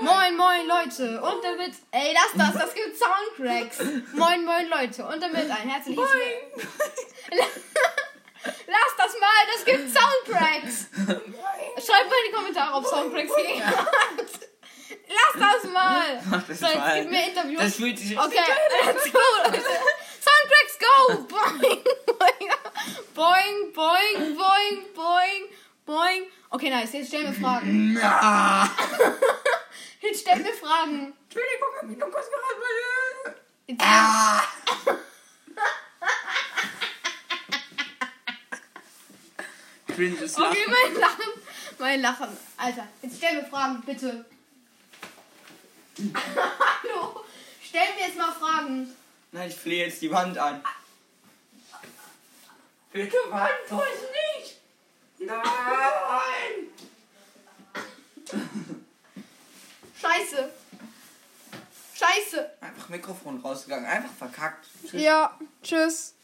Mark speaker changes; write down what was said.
Speaker 1: Moin, moin, Leute. Und damit. Ey, lass das, das gibt Soundcracks. Moin, moin, Leute. Und damit ein herzliches. Moin. lass das mal, das gibt Soundcracks. Schreibt mal in die Kommentare, ob Soundcracks gegen Lass das mal.
Speaker 2: Mach das
Speaker 1: So, jetzt gib
Speaker 2: mal.
Speaker 1: mir Interviews.
Speaker 2: Das fühlt sich
Speaker 1: Okay, let's go, Leute. Soundtracks go! Boing, boing, boing, boing, boing, boing, boing. Okay, nice. Jetzt stellen wir Fragen.
Speaker 2: Na.
Speaker 1: Jetzt stellen wir Fragen.
Speaker 2: Entschuldigung, hab mich noch kurz geraten.
Speaker 1: Jetzt,
Speaker 2: Ah. Cringes Lachen.
Speaker 1: okay, Oh, mein Lachen. Mein Lachen. Alter, jetzt stellen wir Fragen, bitte. Hallo. Stellen wir jetzt mal Fragen.
Speaker 2: Nein, ich flehe jetzt die Wand an. Bitte Wand, tu es nicht! Nein!
Speaker 1: Scheiße. Scheiße.
Speaker 2: Einfach Mikrofon rausgegangen, einfach verkackt.
Speaker 1: Ja, tschüss.